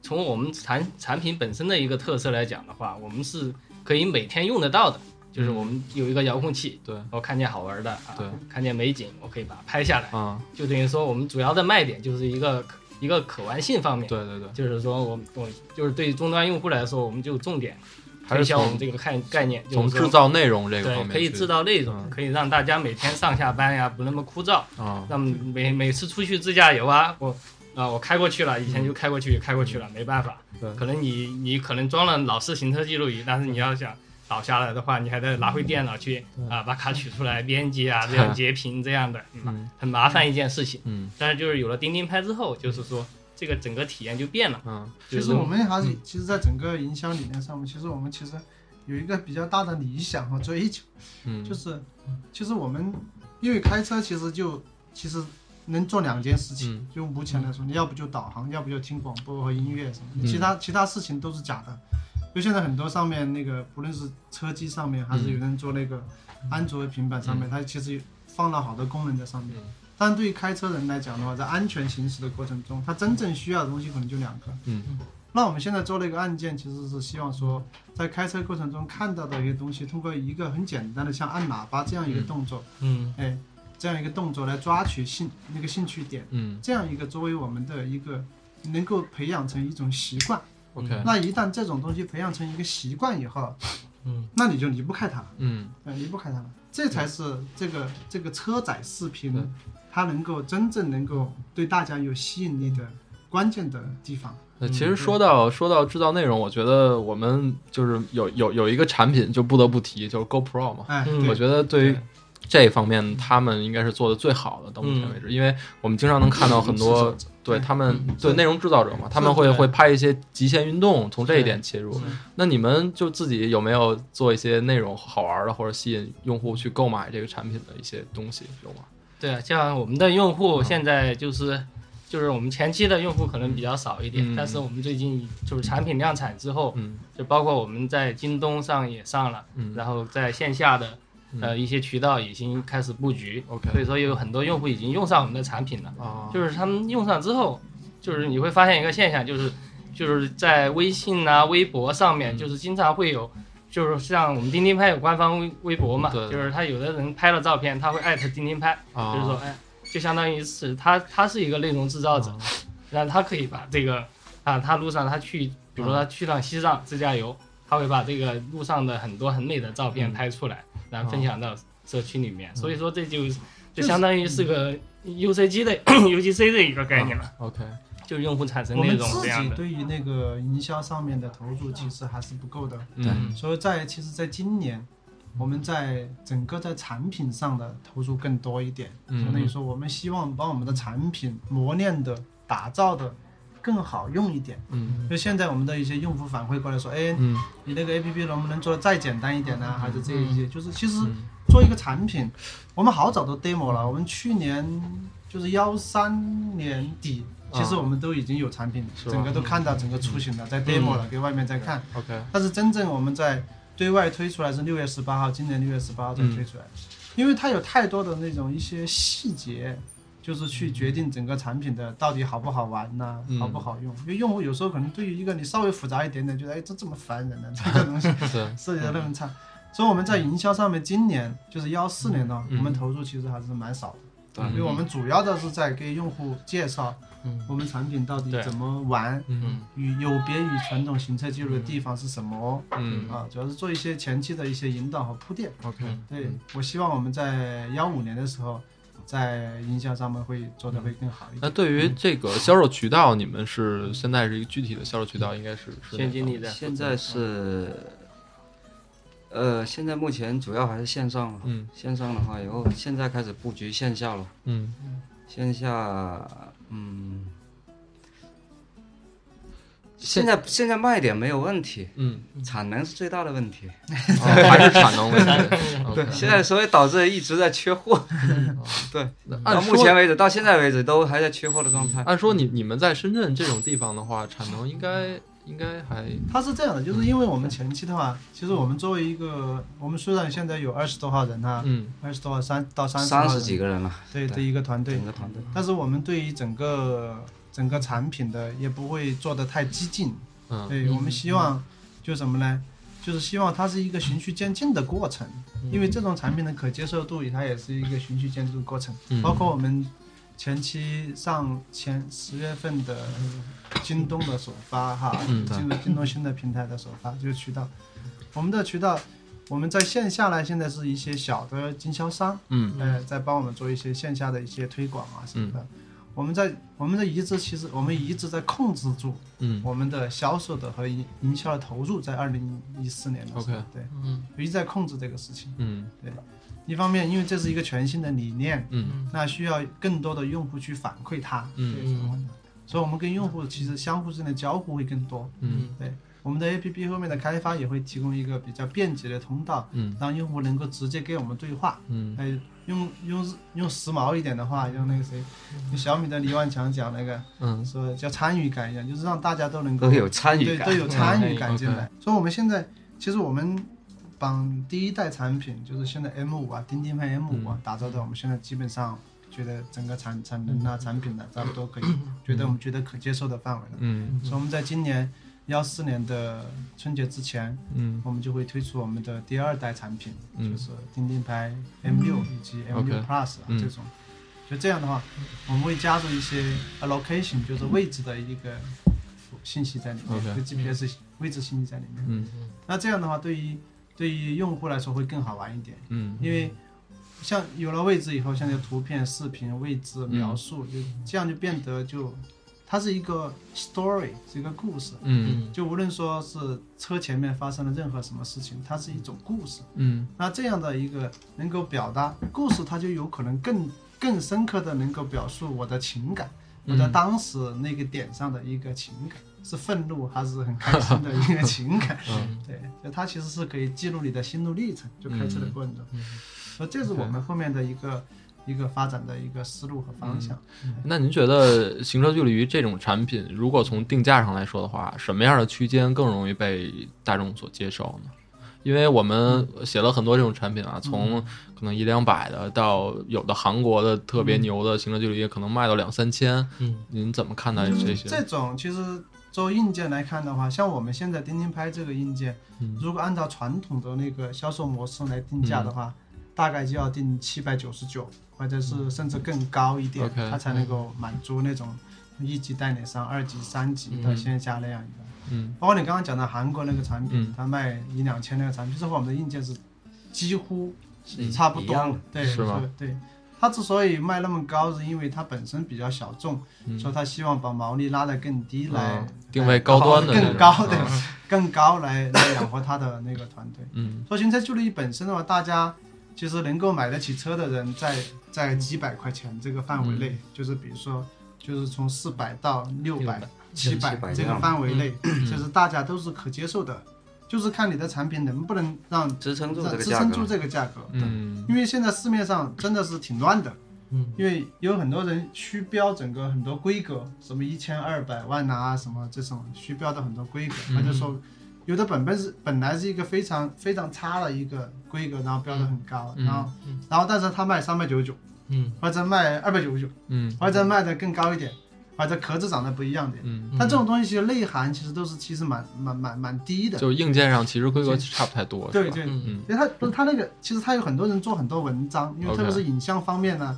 Speaker 3: 从我们产产品本身的一个特色来讲的话，我们是可以每天用得到的，就是我们有一个遥控器，
Speaker 1: 嗯对
Speaker 3: 我看见好玩的啊
Speaker 1: 对，
Speaker 3: 看见美景，我可以把它拍下来，
Speaker 1: 啊，
Speaker 3: 就等于说我们主要的卖点就是一个可一个可玩性方面，
Speaker 1: 对对对，
Speaker 3: 就是说我们我就是对于终端用户来说，我们就重点
Speaker 1: 还
Speaker 3: 推
Speaker 1: 是
Speaker 3: 销我们
Speaker 1: 从
Speaker 3: 这个概概念，就
Speaker 1: 从
Speaker 3: 是说
Speaker 1: 制造内容这个
Speaker 3: 对
Speaker 1: 方面去，
Speaker 3: 可以制造内容
Speaker 1: 嗯，
Speaker 3: 可以让大家每天上下班呀不那么枯燥。
Speaker 1: 啊，
Speaker 3: 那么每每次出去自驾游啊，我啊、我开过去了，以前就开过去，开过去了，没办法
Speaker 1: 对。
Speaker 3: 可能你你可能装了老式行车记录仪，但是你要想倒下来的话，你还得拿回电脑去
Speaker 1: 嗯
Speaker 3: 啊、把卡取出来编辑啊，这样截屏这样的，嗯
Speaker 1: 嗯
Speaker 3: 很麻烦一件事情。
Speaker 1: 嗯
Speaker 3: 但是就是有了钉钉拍之后，就是说这个整个体验就变了。
Speaker 1: 嗯
Speaker 2: 其
Speaker 3: 就是
Speaker 2: 实我们还是，其实，在整个营销理念上面，其实我们其实有一个比较大的理想和追求，
Speaker 1: 嗯，
Speaker 2: 就是，其实我们因为开车，其实就其实能做两件事情。
Speaker 1: 嗯
Speaker 2: 就目前来说，你要不就导航，要不就听广播和音乐什么
Speaker 1: 嗯
Speaker 2: 的，其他其他事情都是假的。就现在很多上面那个，不论是车机上面，还
Speaker 1: 嗯
Speaker 2: 是有人做那个安卓平板上面，它其实放了好多功能在上面
Speaker 1: 嗯。
Speaker 2: 但对于开车人来讲的话，在安全行驶的过程中，他真正需要的东西可能就两个。
Speaker 1: 嗯。
Speaker 2: 那我们现在做了一个按键，其实是希望说，在开车过程中看到的一些东西，通过一个很简单的像按喇叭这样一个动作，
Speaker 3: 嗯
Speaker 2: 哎，这样一个动作来抓取兴那个兴趣点，
Speaker 1: 嗯
Speaker 2: 这样一个作为我们的一个能够培养成一种习惯。
Speaker 1: ，OK，
Speaker 2: 那一旦这种东西培养成一个习惯以后，
Speaker 3: 嗯，
Speaker 2: 那你就离不开它了。
Speaker 1: 嗯
Speaker 2: 嗯，离不开它了。这才是这个这个车载视
Speaker 1: 对
Speaker 2: 频，它能够真正能够对大家有吸引力的关键的地方。
Speaker 1: 那
Speaker 3: 嗯
Speaker 1: 其实
Speaker 3: 对
Speaker 1: 说到说到制造内容，我觉得我们就是有有有一个产品就不得不提，就是 GoPro 嘛。
Speaker 2: 哎，
Speaker 3: 嗯
Speaker 1: 哦我
Speaker 2: 对，
Speaker 1: 觉得对于
Speaker 3: 对
Speaker 1: 这方面，他们应该是做的最好的，到目前为止，因为我们经常能看到很多对他们对内容制造者嘛，他们会
Speaker 3: 对
Speaker 1: 会拍一些极限运动，从这一
Speaker 3: 是
Speaker 1: 点切入
Speaker 2: 是。
Speaker 1: 那你们就自己有没有做一些内容好玩的，或者吸引用户去购买这个产品的一些东西有吗？
Speaker 3: 对啊，像我们的用户现在就是、就是我们前期的用户可能比较少一
Speaker 1: 嗯
Speaker 3: 点，但是我们最近就是产品量产之后，
Speaker 1: 嗯
Speaker 3: 就包括我们在京东上也上了，
Speaker 1: 嗯
Speaker 3: 然后在线下的呃
Speaker 1: 嗯
Speaker 3: 一些渠道已经开始布局，
Speaker 1: ，OK
Speaker 3: 所以说有很多用户已经用上我们的产品了。
Speaker 1: 啊，
Speaker 3: 就是他们用上之后，就是你会发现一个现象，就是就是在微信啊、微博上面，
Speaker 1: 嗯
Speaker 3: 就是经常会有，就是像我们钉钉拍有官方微微博嘛，
Speaker 1: 对
Speaker 3: 就是他有的人拍了照片，他会艾特钉钉拍，
Speaker 1: 啊
Speaker 3: 就是说，哎，就相当于是他他是一个内容制造者，然后他可以把这个啊，他路上他去，比如说他去趟西藏自驾游，他会把这个路上的很多很美的照片
Speaker 1: 嗯
Speaker 3: 拍出来，然后分享到社区里面。所以说这就
Speaker 2: 就
Speaker 3: 就是相当于是个 UCG 的 UGC 的一个概念了，
Speaker 1: OK，
Speaker 3: 就是用户产生
Speaker 2: 我
Speaker 3: 内
Speaker 2: 们
Speaker 3: 容
Speaker 2: 自
Speaker 3: 这样
Speaker 2: 己
Speaker 3: 的。
Speaker 2: 对于那个营销上面的投入其实还是不够的，
Speaker 1: 嗯
Speaker 2: 所以在其实，在今年，我们在整个在产品上的投入更多一点，
Speaker 1: 嗯
Speaker 2: 相当于说我们希望把我们的产品磨练的、打造的更好用一点。
Speaker 1: 嗯
Speaker 2: 就现在我们的一些用户反馈过来说，哎，
Speaker 1: 嗯
Speaker 2: 你那个 A P P 能不能做的再简单一点呢、还是这一些，就是其实
Speaker 1: 嗯
Speaker 2: 做一个产品，我们好早都 demo 了，我们去年就是幺三年底，其实
Speaker 1: 啊
Speaker 2: 我们都已经有产品了，
Speaker 1: 是吧嗯
Speaker 2: 整个都看到整个雏形了，在 demo 了，给外面在看。
Speaker 1: ，OK，
Speaker 2: 但是真正我们在对外推出来是六月十八号，今年六月十八号才
Speaker 1: 嗯
Speaker 2: 推出来，因为它有太多的那种一些细节，就是去决定整个产品的到底好不好玩呐、
Speaker 1: 嗯
Speaker 2: 好不好用。因为用户有时候可能对于一个你稍微复杂一点点，觉得哎这这么烦人呢、这个东西
Speaker 1: 是
Speaker 2: 设计的那么差。所以我们在营销上面，今年就是幺四年呢，
Speaker 1: 嗯
Speaker 2: 我们投入其实还是蛮少的，
Speaker 4: 对
Speaker 2: 因为我们主要的是在给用户介绍
Speaker 3: 嗯
Speaker 2: 我们产品到底
Speaker 3: 对
Speaker 2: 怎么玩，
Speaker 1: 嗯
Speaker 2: 与有别于传统行车记录的地方是什么。
Speaker 1: 嗯
Speaker 2: 啊，主要是做一些前期的一些引导和铺垫。
Speaker 1: ，OK，
Speaker 2: 对
Speaker 1: 嗯
Speaker 2: 我希望我们在幺五年的时候，在营销上面会做的会更好一点。
Speaker 1: 那对于这个销售渠道，你们是现在是一个具体的销售渠道，应该是是
Speaker 3: 现经理
Speaker 1: 的，
Speaker 3: 的，
Speaker 4: 现在是，呃，现在目前主要还是线上了。
Speaker 1: 嗯
Speaker 4: 线上的话，以后现在开始布局线下了。
Speaker 1: 嗯
Speaker 4: 线下，嗯，现在现在卖点没有问题，
Speaker 1: 嗯，
Speaker 4: 产能是最大的问题。
Speaker 1: 哦还是产能问题。OK
Speaker 2: 嗯
Speaker 1: 嗯
Speaker 4: 现在所以导致一直在缺货，
Speaker 1: 哦
Speaker 4: 到
Speaker 2: 嗯
Speaker 1: 按
Speaker 4: 目
Speaker 1: 说
Speaker 4: 前为止，到现在为止都还在缺货的状态。
Speaker 1: 按说你你们在深圳这种地方的话，产能应该应该还
Speaker 2: 它是这样的，
Speaker 1: 嗯
Speaker 2: 就是因为我们前期的话，其实我们作为一个，我们虽然现在有二十多号人哈、
Speaker 1: 嗯
Speaker 2: 二十多号三到三十
Speaker 4: 三十几个人了，
Speaker 2: 对的一个团队
Speaker 4: 整，个团队。
Speaker 2: 但是我们对于整个整个产品的也不会做得太激进，
Speaker 1: 嗯
Speaker 2: 对我们希望就是什么呢？就是希望它是一个循序渐进的过程，
Speaker 1: 嗯
Speaker 2: 因为这种产品的可接受度，它也是一个循序渐进的过程。
Speaker 1: 嗯
Speaker 2: 包括我们前期上前十月份的京东的首发哈，
Speaker 1: 嗯对
Speaker 2: 进入京东新的平台的首发，就是渠道。我们的渠道，我们在线下呢，现在是一些小的经销商，
Speaker 1: 嗯
Speaker 2: 呃，在帮我们做一些线下的一些推广啊什么的。我们在我们的一直其实我们一直在控制住
Speaker 1: 嗯
Speaker 2: 我们的销售的和营营销的投入，在二零一四年的时候
Speaker 1: OK
Speaker 2: 对，
Speaker 3: 嗯
Speaker 2: 一直在控制这个事情。
Speaker 1: 嗯
Speaker 2: 一方面，因为这是一个全新的理念，
Speaker 1: 嗯
Speaker 2: 那需要更多的用户去反馈它，
Speaker 1: 嗯
Speaker 3: 嗯
Speaker 2: 所以我们跟用户其实相互之间的交互会更多。
Speaker 1: 嗯
Speaker 2: 我们的 APP 后面的开发也会提供一个比较便捷的通道，
Speaker 1: 嗯
Speaker 2: 让用户能够直接跟我们对话。
Speaker 1: 嗯
Speaker 2: 哎，用用用时髦一点的话，用那个谁，用小米的李万强讲那个
Speaker 1: 嗯
Speaker 2: 说叫参与感一样，就是让大家都能够
Speaker 4: 都有参与
Speaker 2: 嗯对
Speaker 4: 感
Speaker 2: 都，有参与感
Speaker 1: 嗯
Speaker 2: 进来。所以我们现在其实我们绑第一代产品就是现在 M 五啊，钉钉配 M 五
Speaker 1: 嗯
Speaker 2: 啊，打造的我们现在基本上觉得整个产产能啊、产品呢、差不多可以，觉得我们觉得可接受的范围了。
Speaker 1: 嗯
Speaker 2: 所以我们在今年幺四年的春节之前，
Speaker 1: 嗯
Speaker 2: 我们就会推出我们的第二代产品，
Speaker 1: 嗯
Speaker 2: 就是钉钉牌 M 六以及 M 六
Speaker 1: OK，
Speaker 2: Plus 啊、
Speaker 1: 嗯
Speaker 2: 这种。就这样的话，我们会加入一些 allocation，就是位置的一个信息在里面
Speaker 1: OK
Speaker 2: 就 GPS 位置信息在里面。
Speaker 1: 嗯
Speaker 2: 那这样的话，对于对于用户来说会更好玩一点，
Speaker 1: 嗯
Speaker 2: 因为像有了位置以后，像这图片、视频、位置
Speaker 1: 嗯
Speaker 2: 描述，就这样就变得就它是一个 story，是一个故事。
Speaker 1: 嗯
Speaker 2: 就无论说是车前面发生了任何什么事情，它是一种故事。
Speaker 1: 嗯
Speaker 2: 那这样的一个能够表达故事，它就有可能更更深刻的能够表述我的情感，我在
Speaker 1: 嗯
Speaker 2: 当时那个点上的一个情感，是愤怒还是很开心 的一个情感。
Speaker 1: 嗯
Speaker 2: 对，就它其实是可以记录你的心路历程，就开
Speaker 1: 嗯
Speaker 2: 车的过程中。所以这是我们后面的一个一个发展的一个思路和方向。
Speaker 1: 那您觉得行车记录仪这种产品，如果从定价上来说的话，什么样的区间更容易被大众所接受呢？因为我们写了很多这种产品啊，从可能一两百的到有的韩国的特别牛的行车记录仪，可能卖到两三千。
Speaker 3: 嗯
Speaker 1: 您怎么看待这些？
Speaker 2: 这种其实做硬件来看的话，像我们现在钉钉拍这个硬件，
Speaker 1: 嗯
Speaker 2: 如果按照传统的那个销售模式来定价的话，
Speaker 1: 嗯
Speaker 2: 大概就要定七百九十九，或者是甚至更高一点，
Speaker 1: OK
Speaker 2: 它才能够满足那种一级代理商、二级、三级的线下那样一个。
Speaker 1: 嗯
Speaker 2: 包括你刚刚讲的韩国那个产品，
Speaker 1: 嗯
Speaker 2: 它卖一两千那个产品，就是和我们的硬件是几乎差不
Speaker 4: 一样
Speaker 2: 多
Speaker 4: 的，
Speaker 2: 对，
Speaker 1: 是吗？
Speaker 2: 对。它之所以卖那么高，是因为它本身比较小众，
Speaker 1: 嗯
Speaker 2: 说它希望把毛利拉得更低来
Speaker 1: 嗯定位高端的
Speaker 2: 更
Speaker 1: 那种嗯
Speaker 2: 高的、 更高来来养活它的那个团队。
Speaker 1: 嗯
Speaker 2: 说行车记录仪本身的话，大家其实能够买得起车的人在，在几百块钱这个范围内，就是比如说，就是从四百到六百、嗯七百
Speaker 4: 700
Speaker 2: 这个嗯范围内，就是大家都是可接受的，就是看你的产品能不能让
Speaker 4: 支撑住这
Speaker 2: 让
Speaker 4: 个
Speaker 2: 支
Speaker 4: 价
Speaker 2: 撑住
Speaker 4: 格，
Speaker 2: 这个价格。
Speaker 1: 嗯
Speaker 2: 因为现在市面上真的是挺乱的，
Speaker 3: 嗯，
Speaker 2: 因为有很多人虚标整个很多规格，什么一千二百万啊，什么这种虚标的很多规格，
Speaker 1: 嗯
Speaker 2: 他就说有的本本是本来是一个非常非常差的一个规格，然后标的很高，
Speaker 1: 嗯
Speaker 2: 然后然后但是他卖三百九十九，
Speaker 3: 嗯，
Speaker 2: 或者卖二百九十九，
Speaker 1: 嗯
Speaker 2: 或者卖的更高一点，或者壳子长得不一样点，
Speaker 1: 嗯，
Speaker 2: 但这种东西其实内涵其实都是其实蛮蛮蛮蛮低的，
Speaker 1: 就硬件上其实规格差不太多。
Speaker 2: 对
Speaker 1: 是吧
Speaker 2: 对，
Speaker 1: 嗯
Speaker 2: 因为他不是他那个，其实他有很多人做很多文章，因为
Speaker 1: OK
Speaker 2: 特别是影像方面呢，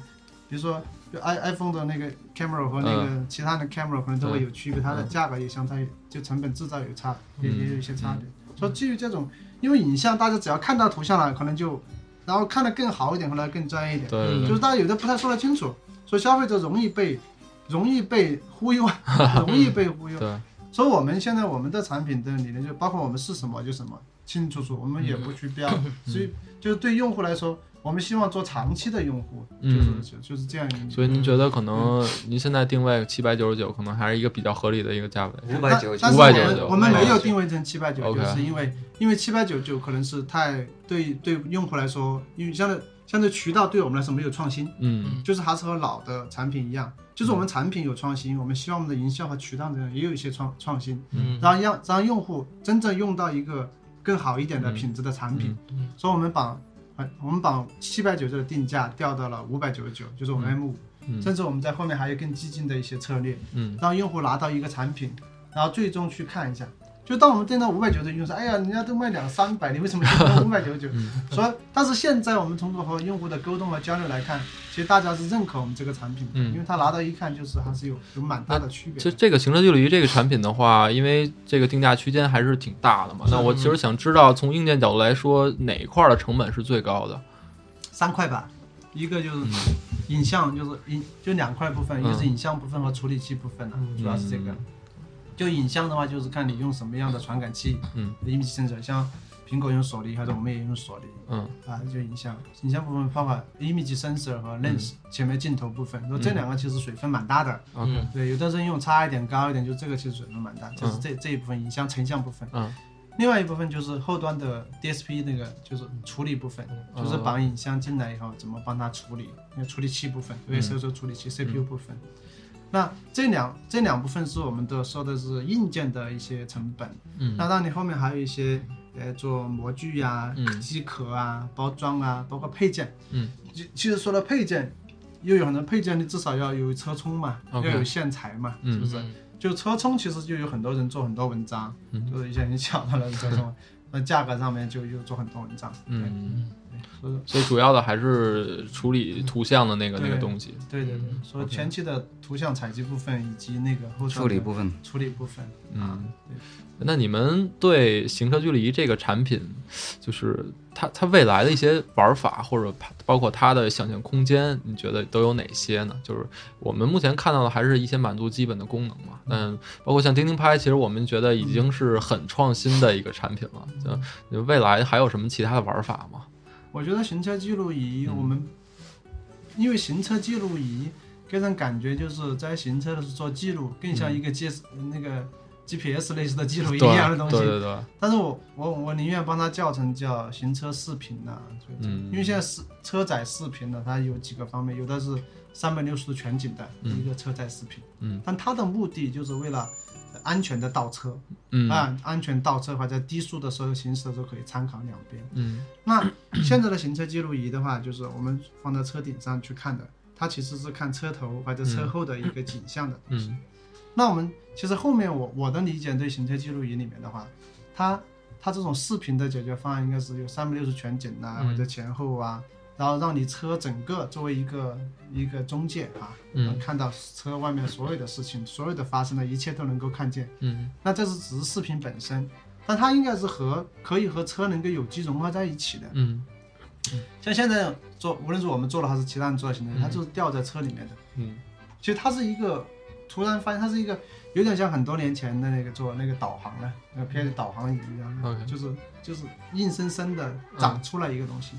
Speaker 2: 比如说就 i iPhone 的那个 camera 和那
Speaker 1: 嗯
Speaker 2: 个其他的 camera 可能都会有区别，它的价格也相差，就成本制造有差，也
Speaker 1: 嗯
Speaker 2: 也有一些差别。所以基于这种，因为影像大家只要看到图像了，可能就然后看得更好一点，或者更专业一点，
Speaker 1: 对对
Speaker 2: 就
Speaker 1: 对
Speaker 2: 是大家有的不太说得清楚，所以消费者容易被容易被忽悠，啊 容易被忽悠。
Speaker 1: 对，
Speaker 2: 所以我们现在我们的产品的理念就包括我们是什么就什么，清清楚楚，我们也不去标，所以就是对用户来说，我们希望做长期的用户，就
Speaker 1: 嗯
Speaker 2: 是就就是这样一个。
Speaker 1: 所以您觉得可能您现在定位七百九十九，可能还是一个比较合理的一个价位。
Speaker 4: 五百
Speaker 2: 但
Speaker 4: 九
Speaker 2: 但
Speaker 1: 599
Speaker 2: 是我们我们没有
Speaker 1: 599
Speaker 2: 定位成七百九，
Speaker 1: OK
Speaker 2: 就是因为因为七百九九可能是太对对用户来说，因为相对相对渠道对我们来说没有创新，
Speaker 1: 嗯
Speaker 2: 就是还是和老的产品一样，就是我们产品有创新，我们希望我们的营销和渠道呢也有一些创创新，
Speaker 1: 嗯
Speaker 2: 让让让用户真正用到一个更好一点
Speaker 1: 嗯
Speaker 2: 的品质的产品。所以我们把呃我们把七百九十九的定价调到了五百九十九，就是我们 M 五、
Speaker 1: 嗯
Speaker 2: 甚至我们在后面还有更激进的一些策略，
Speaker 1: 嗯
Speaker 2: 让用户拿到一个产品，然后最终去看一下。就当我们定到五百九十九，说哎呀，人家都卖两三百，你为什么就卖五百九 十九？
Speaker 1: 嗯
Speaker 2: 所以，但是现在我们通过和用户的沟通和交流来看，其实大家是认可我们这个产品的，
Speaker 1: 嗯
Speaker 2: 因为他拿到一看就是还是有有蛮大的区别
Speaker 1: 其实
Speaker 2: 的。
Speaker 1: 这个行车记录仪这个产品的话，因为这个定价区间还是挺大的嘛，那我其实想知道，从硬件角度来说，哪一块儿的成本是最高的？
Speaker 2: 三块吧，一个就是影像，就是影就两块部分，
Speaker 1: 嗯
Speaker 2: 一个是影像部分和处理器部分了、啊主要是这个。就影像的话，就是看你用什么样的传感器，
Speaker 1: 嗯
Speaker 2: ，image sensor，像苹果用索尼，或者我们也用索尼，
Speaker 1: 嗯
Speaker 2: 啊，就影像，影像部分包括 image sensor 和 lens 前面镜头部分，说这两个其实水分蛮大的。
Speaker 1: ，OK，
Speaker 2: 对，有的人用差一点高一点，就这个其实水分蛮大，就是这、这一部分影像成像部分。
Speaker 1: 嗯
Speaker 2: 另外一部分就是后端的 DSP 那个就是处理部分，
Speaker 1: 嗯
Speaker 2: 就是把影像进来以后怎么帮它处理，那个处理器部分，
Speaker 1: 嗯
Speaker 2: 对，所以说处理器 CPU 部分。那这两这两部分是我们的说的是硬件的一些成本，
Speaker 1: 嗯
Speaker 2: 那当然你后面还有一些呃做模具呀、
Speaker 1: 嗯
Speaker 2: 机壳啊、包装啊，包括配件。
Speaker 1: 嗯
Speaker 2: 其，其实说到配件，又有很多配件，你至少要有车充嘛
Speaker 1: OK
Speaker 2: 要有线材嘛，
Speaker 1: 嗯
Speaker 2: 是不是？就车充其实就有很多人做很多文章，
Speaker 1: 嗯
Speaker 2: 就是一些很小的人车 充，那价格上面就又做很多文章。
Speaker 1: 嗯，
Speaker 2: 所以
Speaker 1: 所以主要的还是处理图像的那个那个
Speaker 2: 对
Speaker 1: 东西。
Speaker 2: 对对
Speaker 1: 嗯
Speaker 2: 对，所以前期的图像采集部分以及那个后端的
Speaker 4: 处理部分，
Speaker 2: 处理部分，啊
Speaker 1: 嗯，那你们对行车距离这个产品，就是它它未来的一些玩法，或者包括它的想象空间，你觉得都有哪些呢？就是我们目前看到的还是一些满足基本的功能嘛。嗯，包括像钉钉拍，其实我们觉得已经是很创新的一个产品了。
Speaker 2: 嗯
Speaker 1: 就就未来还有什么其他的玩法吗？
Speaker 2: 我觉得行车记录仪，我们因为行车记录仪给人感觉就是在行车的时候做记录，更像一个 G S、那个 G P S 类似的记录仪
Speaker 1: 对
Speaker 2: 一样的东
Speaker 1: 对
Speaker 2: 西。
Speaker 1: 对对，
Speaker 2: 但是我我我宁愿帮它叫成叫行车视频啊呐、就
Speaker 1: 嗯
Speaker 2: 因为现在是车载视频呢，它有几个方面，有的是三百六十度全景的、一个车载视频，
Speaker 1: 嗯，
Speaker 2: 但它的目的就是为了安全的倒车，
Speaker 1: 嗯
Speaker 2: 啊，安全倒车或者在低速的时候行驶的时候可以参考两边。
Speaker 1: 嗯
Speaker 2: 那现在的行车记录仪的话，就是我们放到车顶上去看的，它其实是看车头或者车后的一个景象的东西。
Speaker 1: 嗯
Speaker 2: 那我们其实后面我我的理解对行车记录仪里面的话，它它这种视频的解决方案应该是有三百六十全景呐、
Speaker 1: 嗯
Speaker 2: 或者前后啊，然后让你车整个作为一个一个中介啊，
Speaker 1: 嗯
Speaker 2: 能看到车外面所有的事情，所有的发生的一切都能够看见。
Speaker 1: 嗯
Speaker 2: 那这是只是视频本身，但它应该是和可以和车能够有机融合在一起的。
Speaker 1: 嗯
Speaker 2: 像现在做，无论是我们做的还是其他人做的行程，它就是吊在车里面的。
Speaker 1: 嗯
Speaker 2: 其实它是一个突然发现，它是一个有点像很多年前的那个做那个导航的那个偏导航仪一样的啊
Speaker 1: OK
Speaker 2: 就是就是硬生生的长出来一个东西。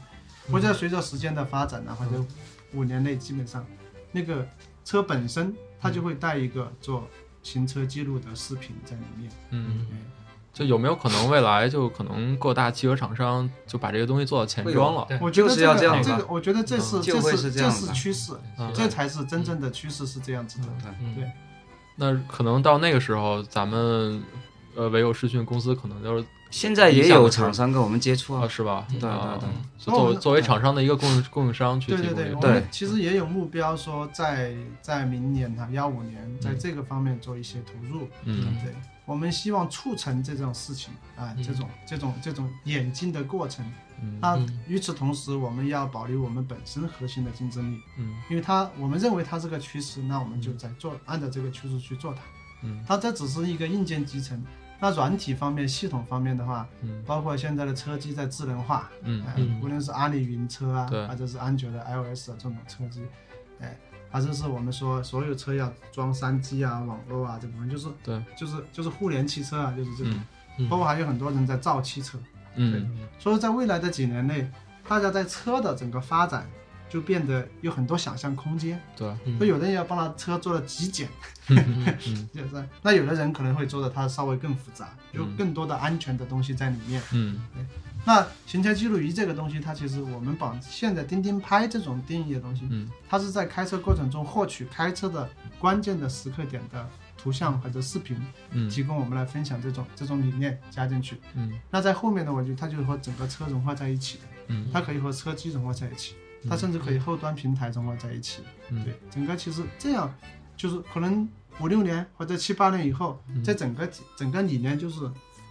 Speaker 2: 我觉得随着时间的发展呢，或
Speaker 4: 嗯
Speaker 2: 者五年内基本上，那个车本身它就会带一个做行车记录的视频在里面。
Speaker 1: 嗯，
Speaker 2: 嗯
Speaker 1: 就有没有可能未来就可能各大汽车厂商就把这个东西做到前装了？
Speaker 3: 对
Speaker 2: 我觉得
Speaker 4: 嗯就是
Speaker 2: 个
Speaker 4: 要这样吧嗯
Speaker 2: 这个，我觉得这是
Speaker 4: 就会
Speaker 2: 这
Speaker 4: 是这
Speaker 2: 这
Speaker 4: 样
Speaker 2: 是
Speaker 4: 吧
Speaker 2: 趋势，
Speaker 1: 嗯
Speaker 2: 这才是真正的趋势是这样子的。对，
Speaker 1: 那可能到那个时候，咱们呃唯有视讯公司可能就是
Speaker 4: 现在也有厂商跟我们接触
Speaker 1: 啊，
Speaker 4: 啊，
Speaker 1: 是吧？
Speaker 4: 对对
Speaker 1: 啊
Speaker 4: 对，
Speaker 1: 就作为作为厂商的一个供应供应商去提
Speaker 2: 对对
Speaker 1: 供这
Speaker 2: 对，
Speaker 1: 个
Speaker 2: 我
Speaker 4: 对
Speaker 2: 们其实也有目标说在在明年哈幺五年在这个方面做一些投入。
Speaker 1: 嗯
Speaker 2: 对，我们希望促成这种事情啊，这种这种这种演进的过程。
Speaker 1: 嗯
Speaker 2: 那与此同时，我们要保留我们本身核心的竞争力，
Speaker 1: 嗯，
Speaker 2: 因为它我们认为它是个趋势，那我们就在做按照这个趋势去做它。
Speaker 1: 嗯，
Speaker 2: 它这只是一个硬件集成。那软体方面、系统方面的话，
Speaker 1: 嗯
Speaker 2: 包括现在的车机在智能化，
Speaker 1: 嗯
Speaker 2: 哎
Speaker 3: 嗯
Speaker 2: 无论是阿里云车啊
Speaker 1: 对，
Speaker 2: 或者是安卓的 iOS 的这种车机，哎，还是是我们说所有车要装三 G 啊、网络啊这部分，就是
Speaker 1: 对，
Speaker 2: 就是就是互联汽车啊，就是这种，
Speaker 1: 嗯
Speaker 2: 包括还有很多人在造汽车，
Speaker 1: 嗯
Speaker 2: 所以在未来的几年内，大家在车的整个发展就变得有很多想象空间。
Speaker 1: 对，
Speaker 2: 所以有的人要帮他车做了极简，
Speaker 1: 嗯
Speaker 2: 就是那有的人可能会做的它稍微更复杂，有更多的安全的东西在里面。
Speaker 1: 嗯
Speaker 2: 那行车记录仪这个东西，它其实我们把现在钉钉拍这种定义的东西，
Speaker 1: 嗯
Speaker 2: 它是在开车过程中获取开车的关键的时刻点的图像或者视频，
Speaker 1: 嗯
Speaker 2: 提供我们来分享这种这种理念加进去。
Speaker 1: 嗯
Speaker 2: 那在后面的我觉得它就是和整个车融化在一起的，
Speaker 1: 嗯
Speaker 2: 它可以和车机融化在一起，它甚至可以后端平台融化在一起。
Speaker 1: 嗯
Speaker 2: 对，整个其实这样，就是可能五六年或者七八年以后，
Speaker 1: 嗯
Speaker 2: 这整个体整个理念就是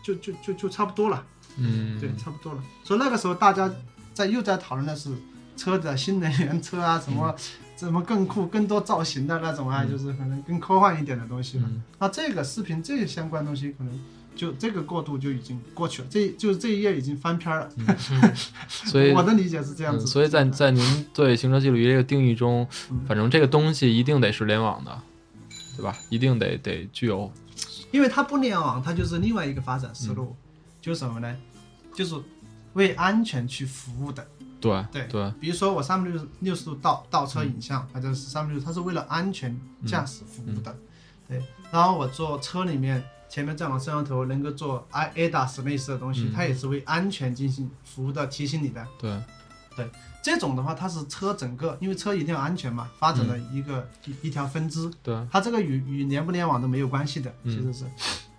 Speaker 2: 就就就就差不多了。
Speaker 1: 嗯，
Speaker 2: 对，差不多了。所以那个时候大家在又在讨论的是车的新能源车啊，什么
Speaker 1: 嗯
Speaker 2: 怎么更酷、更多造型的那种啊，就是可能更科幻一点的东西了。
Speaker 1: 嗯
Speaker 2: 那这个视频这些相关东西，可能就这个过渡就已经过去了，这就是这一页已经翻篇了。
Speaker 1: 所以
Speaker 2: 我的理解是这样
Speaker 1: 嗯，
Speaker 2: 子。
Speaker 1: 所以在在您对行车记录仪这个定义中，反正这个东西一定得是联网的，对吧？一定得得具有，
Speaker 2: 因为它不联网，它就是另外一个发展思路，
Speaker 1: 嗯
Speaker 2: 就是什么呢？就是为安全去服务的。
Speaker 1: 对
Speaker 2: 对
Speaker 1: 对，
Speaker 2: 比如说我三百六六十度倒倒车影像，或者是三百六，它是为了安全驾驶服务的。对，然后我做车里面前面站网摄像头能够做 i ADAS 类似的东西，
Speaker 1: 嗯
Speaker 2: 它也是为安全进行服务的，提醒你的。
Speaker 1: 对，
Speaker 2: 这种的话，它是车整个，因为车一定要安全嘛，发展的一个、一一条分支。
Speaker 1: 对，
Speaker 2: 它这个与与联不联网都没有关系的，
Speaker 1: 嗯
Speaker 2: 其实是。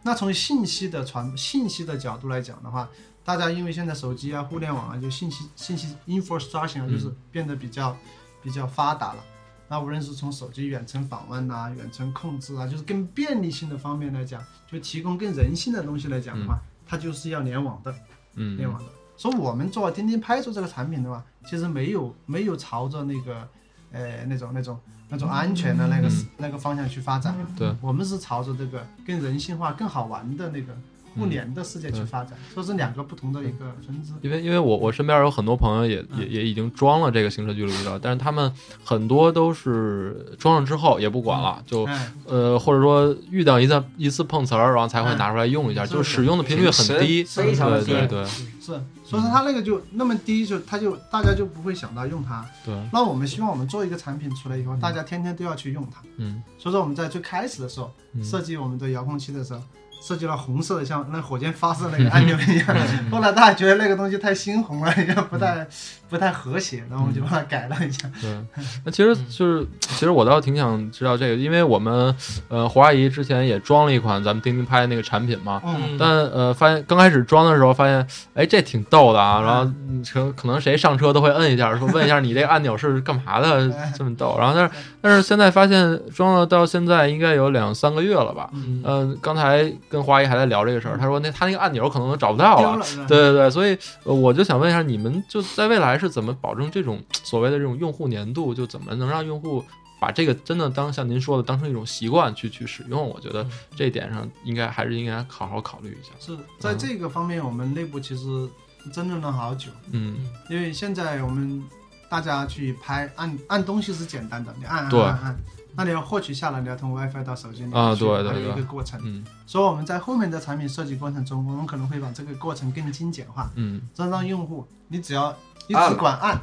Speaker 2: 那从信息的传信息的角度来讲的话，大家因为现在手机啊、互联网啊，就信息信息 infrastructure 啊，
Speaker 1: 嗯
Speaker 2: 就是变得比较比较发达了。那无论是从手机远程访问呐、远程控制啊，就是更便利性的方面来讲，就提供更人性的东西来讲的话，它就是要联网的，
Speaker 1: 嗯，
Speaker 2: 联网的。所以我们做钉钉拍出这个产品的话，其实没有没有朝着那个呃那种那种那种安全的那个、
Speaker 1: 嗯
Speaker 2: 那个方向去发展。
Speaker 1: 对，
Speaker 2: 我们是朝着这个更人性化、更好玩的那个
Speaker 1: 嗯
Speaker 2: 互联的世界去发展，这是两个不同的一个分支。
Speaker 1: 因为因为我我身边有很多朋友也
Speaker 2: 嗯
Speaker 1: 也也已经装了这个行车记录仪了，但是他们很多都是装上之后也不管了，就
Speaker 2: 哎，
Speaker 1: 呃或者说遇到一次一次碰瓷儿，然后才会拿出来用一下，
Speaker 2: 嗯
Speaker 1: 就是使用的频率很低，
Speaker 4: 是非常
Speaker 1: 对
Speaker 4: 低
Speaker 1: 对对
Speaker 2: 是，所以
Speaker 1: 嗯
Speaker 2: 说它那个就那么低，就它就大家就不会想到用它。
Speaker 1: 对，
Speaker 2: 那我们希望我们做一个产品出来以后，大家天天都要去用它。
Speaker 1: 嗯
Speaker 2: 所以说我们在最开始的时候，
Speaker 1: 嗯
Speaker 2: 设计我们的遥控器的时候，设计了红色的，像那火箭发射那个按钮一样。
Speaker 1: 嗯
Speaker 2: 后来大家觉得那个东西太猩红了，也不太不太和谐，然后我们就把它改了一下。
Speaker 1: 对， 那其
Speaker 2: 嗯
Speaker 1: 实就是，其实我倒挺想知道这个，因为我们呃华阿姨之前也装了一款咱们钉钉拍的那个产品嘛，
Speaker 2: 嗯，
Speaker 1: 但呃发现刚开始装的时候发现，哎这挺逗的啊，然后嗯可可能谁上车都会摁一下，说问一下你这个按钮是干嘛的，这么逗。然后但是但是现在发现装了到现在应该有两三个月了吧，
Speaker 2: 嗯
Speaker 1: 嗯，刚才跟华阿姨还在聊这个事儿，她说那她那个按钮可能都找不到
Speaker 2: 丢
Speaker 1: 了。
Speaker 2: 了是
Speaker 1: 嗯
Speaker 2: 吧？
Speaker 1: 对对对，所以呃我就想问一下，你们就在未来是怎么保证这种所谓的这种用户粘度，就怎么能让用户把这个真的当像您说的当成一种习惯去去使用？我觉得这一点上应该还是应该好好考虑一下。
Speaker 2: 是在这个方面，我们内部其实争论了好久，
Speaker 1: 嗯，
Speaker 2: 因为现在我们大家去拍按按东西是简单的，你按按
Speaker 1: 对
Speaker 2: 按按，那你要获取下来，你要通过 WiFi 到手机里面
Speaker 1: 啊
Speaker 2: 去
Speaker 1: 对对
Speaker 2: 还有一
Speaker 1: 对
Speaker 2: 个过程。
Speaker 1: 嗯
Speaker 2: 所以我们在后面的产品设计过程中，我们可能会把这个过程更精简化，
Speaker 1: 嗯
Speaker 2: 这让用户你只要你
Speaker 4: 按
Speaker 2: 只
Speaker 4: 了
Speaker 2: 管按，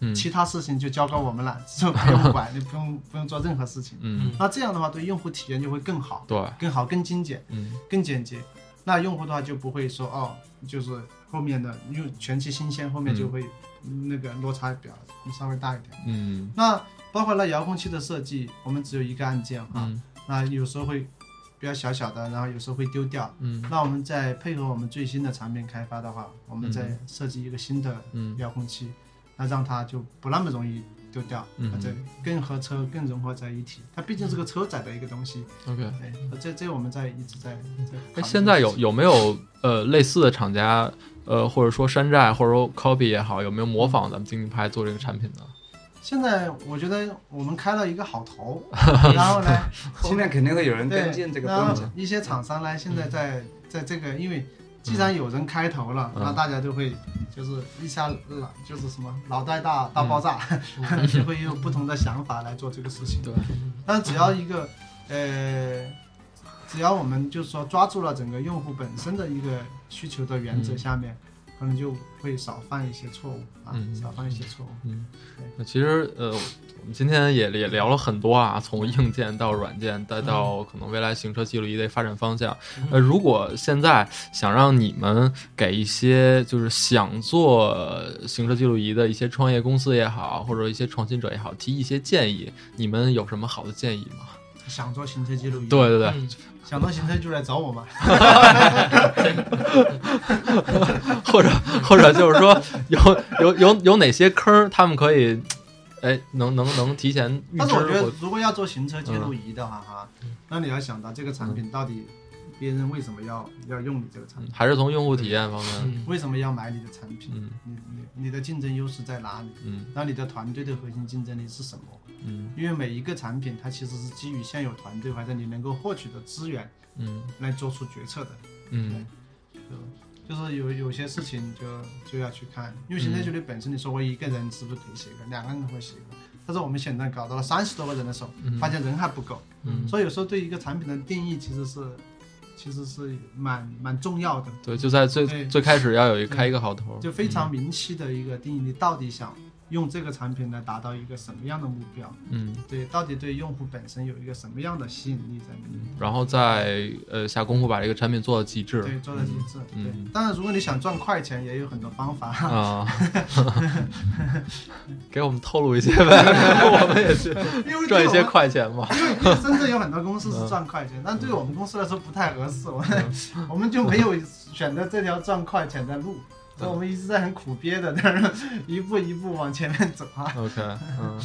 Speaker 1: 嗯
Speaker 2: 其他事情就交给我们了，就不用管，你不用不用做任何事情。
Speaker 1: 嗯，
Speaker 2: 那这样的话，对用户体验就会更好，
Speaker 1: 对，
Speaker 2: 更好，更精简，
Speaker 1: 嗯
Speaker 2: 更简洁。那用户的话就不会说哦，就是后面的因为全期新鲜，后面就会那个落差比较稍微大一点。
Speaker 1: 嗯
Speaker 2: 那包括那遥控器的设计，我们只有一个按键啊，
Speaker 1: 嗯
Speaker 2: 那有时候会比较小小的，然后有时候会丢掉。
Speaker 1: 嗯
Speaker 2: 那我们再配合我们最新的产品开发的话，我们再
Speaker 1: 嗯
Speaker 2: 设计一个新的
Speaker 1: 嗯
Speaker 2: 遥控器，那让它就不那么容易丢掉，
Speaker 1: 嗯
Speaker 2: 或者更和车更融合在一起。它毕竟是个车载的一个东西，
Speaker 1: ，OK。
Speaker 2: 哎，这这我们在一直在在考虑。
Speaker 1: 嗯哎，现在有有没有呃类似的厂家，呃或者说山寨或者说 copy 也好，有没有模仿咱们钉钉拍做这个产品呢？
Speaker 2: 现在我觉得我们开了一个 好头，然后呢，
Speaker 4: 后面肯定会有人
Speaker 2: 对
Speaker 4: 跟进这个嗯
Speaker 2: 然
Speaker 4: 动
Speaker 2: 后
Speaker 4: 作。
Speaker 2: 一些厂商呢，现在在在这个，
Speaker 4: 嗯
Speaker 2: 因为既然有人开头了，
Speaker 1: 嗯
Speaker 2: 那大家就会就是一下脑就是什么脑袋大大爆炸，
Speaker 4: 嗯
Speaker 2: 就会有不同的想法来做这个事情。
Speaker 1: 对，
Speaker 2: 但只要一个呃，
Speaker 4: 嗯
Speaker 2: 只要我们就是说抓住了整个用户本身的一个需求的原则下面，可能就会少犯一些错误啊，
Speaker 1: 嗯
Speaker 2: 少犯一些错误。
Speaker 1: 那其实呃，我们今天也也聊了很多啊，从硬件到软件，再
Speaker 2: 嗯
Speaker 1: 到可能未来行车记录仪的发展方向。呃，如果现在想让你们给一些就是想做呃行车记录仪的一些创业公司也好，或者一些创新者也好，提一些建议，你们有什么好的建议吗？
Speaker 2: 想做行车记录仪，
Speaker 1: 对，对对，
Speaker 3: 嗯
Speaker 2: 想做行车就来找我嘛。
Speaker 1: 嗯 或者或者就是说有有有有哪些坑儿，他们可以，哎，能能能提前预知嗯
Speaker 2: 但是我觉得
Speaker 1: 或，
Speaker 2: 如果要做行车记录仪的话，哈、那你要想到这个产品到底别人为什么要要用你这个产品，
Speaker 1: 嗯还是从用户体验方面，
Speaker 2: 为什么要买你的产品，
Speaker 1: 嗯
Speaker 2: 你你你的竞争优势在哪里？
Speaker 1: 嗯
Speaker 2: 那你的团队的核心竞争力是什么？
Speaker 1: 嗯
Speaker 2: 因为每一个产品它其实是基于现有团队或者你能够获取的资源
Speaker 1: 嗯
Speaker 2: 来做出决策的，
Speaker 1: 嗯
Speaker 2: 就就是有有些事情就就要去看，因为行车记录仪本身你说我一个人是不是可以写一个，两个人会写一个，但是我们现在搞到了三十多个人的时候，
Speaker 1: 嗯
Speaker 2: 发现人还不够。
Speaker 1: 嗯，
Speaker 2: 所以有时候对一个产品的定义其实是，其实是蛮蛮重要的，
Speaker 1: 对，就在最
Speaker 2: 对
Speaker 1: 最开始要有一开一个好头，
Speaker 2: 就非常明晰的一个定义，你到底想用这个产品来达到一个什么样的目标？
Speaker 1: 嗯。
Speaker 2: 对，到底对用户本身有一个什么样的吸引力在里面？
Speaker 1: 然后再呃下功夫把这个产品做到极致
Speaker 2: 对，做到极致。
Speaker 1: 嗯
Speaker 2: 对
Speaker 1: 嗯，
Speaker 2: 当然，如果你想赚快钱，也有很多方 法。
Speaker 1: 啊，给我们透露一些呗，我们也去
Speaker 2: 因为
Speaker 1: 赚
Speaker 2: 对
Speaker 1: 一
Speaker 2: 我
Speaker 1: 些
Speaker 2: 们，
Speaker 1: 快嗯钱 嘛。
Speaker 2: 因为因为深圳有很多公司是赚快钱，但对我们公司来说不太合适，我们
Speaker 1: 嗯
Speaker 2: 我们就没有选择这条赚快钱的路，所以我们一直在很苦憋的，但是一步一步往前面走啊。
Speaker 1: OK，嗯。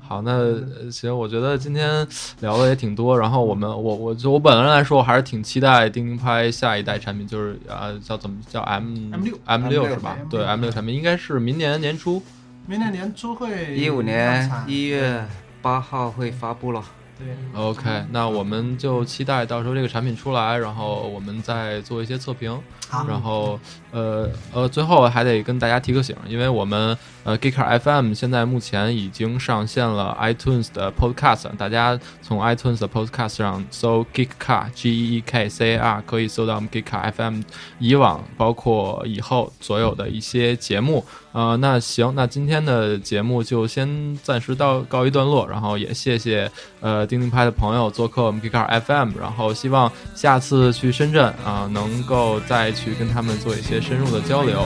Speaker 1: 好，那呃行，我觉得今天聊的也挺多，然后我们
Speaker 2: 嗯
Speaker 1: 我我就我本人来说，我还是挺期待钉钉拍下一代产品，就是啊叫怎么叫 M
Speaker 2: M6
Speaker 1: M 六是吧？
Speaker 2: M6
Speaker 1: 对 M 六产品应该是明年年初，
Speaker 2: 明年年初会
Speaker 4: 一五
Speaker 2: 量
Speaker 4: 年
Speaker 2: 产
Speaker 4: 一月八号会发布了。
Speaker 2: 对
Speaker 1: OK，那我们就期待到时候这个产品出来，然后我们再做一些测评。
Speaker 2: 好
Speaker 1: 然后呃呃，最后还得跟大家提个醒，因为我们呃 Geeker FM 现在目前已经上线了 iTunes 的 Podcast，大家从 iTunes 的 Podcast 上搜 Geek Car G E E K C A R，可以搜到我们 Geeker FM 以往包括以后所有的一些节目。呃，那行，那今天的节目就先暂时到告一段落，然后也谢谢呃钉钉派的朋友做客我们 Geekar FM，然后希望下次去深圳啊、能够再 去跟他们做一些深入的交流。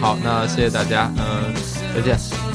Speaker 1: 好，那谢谢大家，嗯、再见。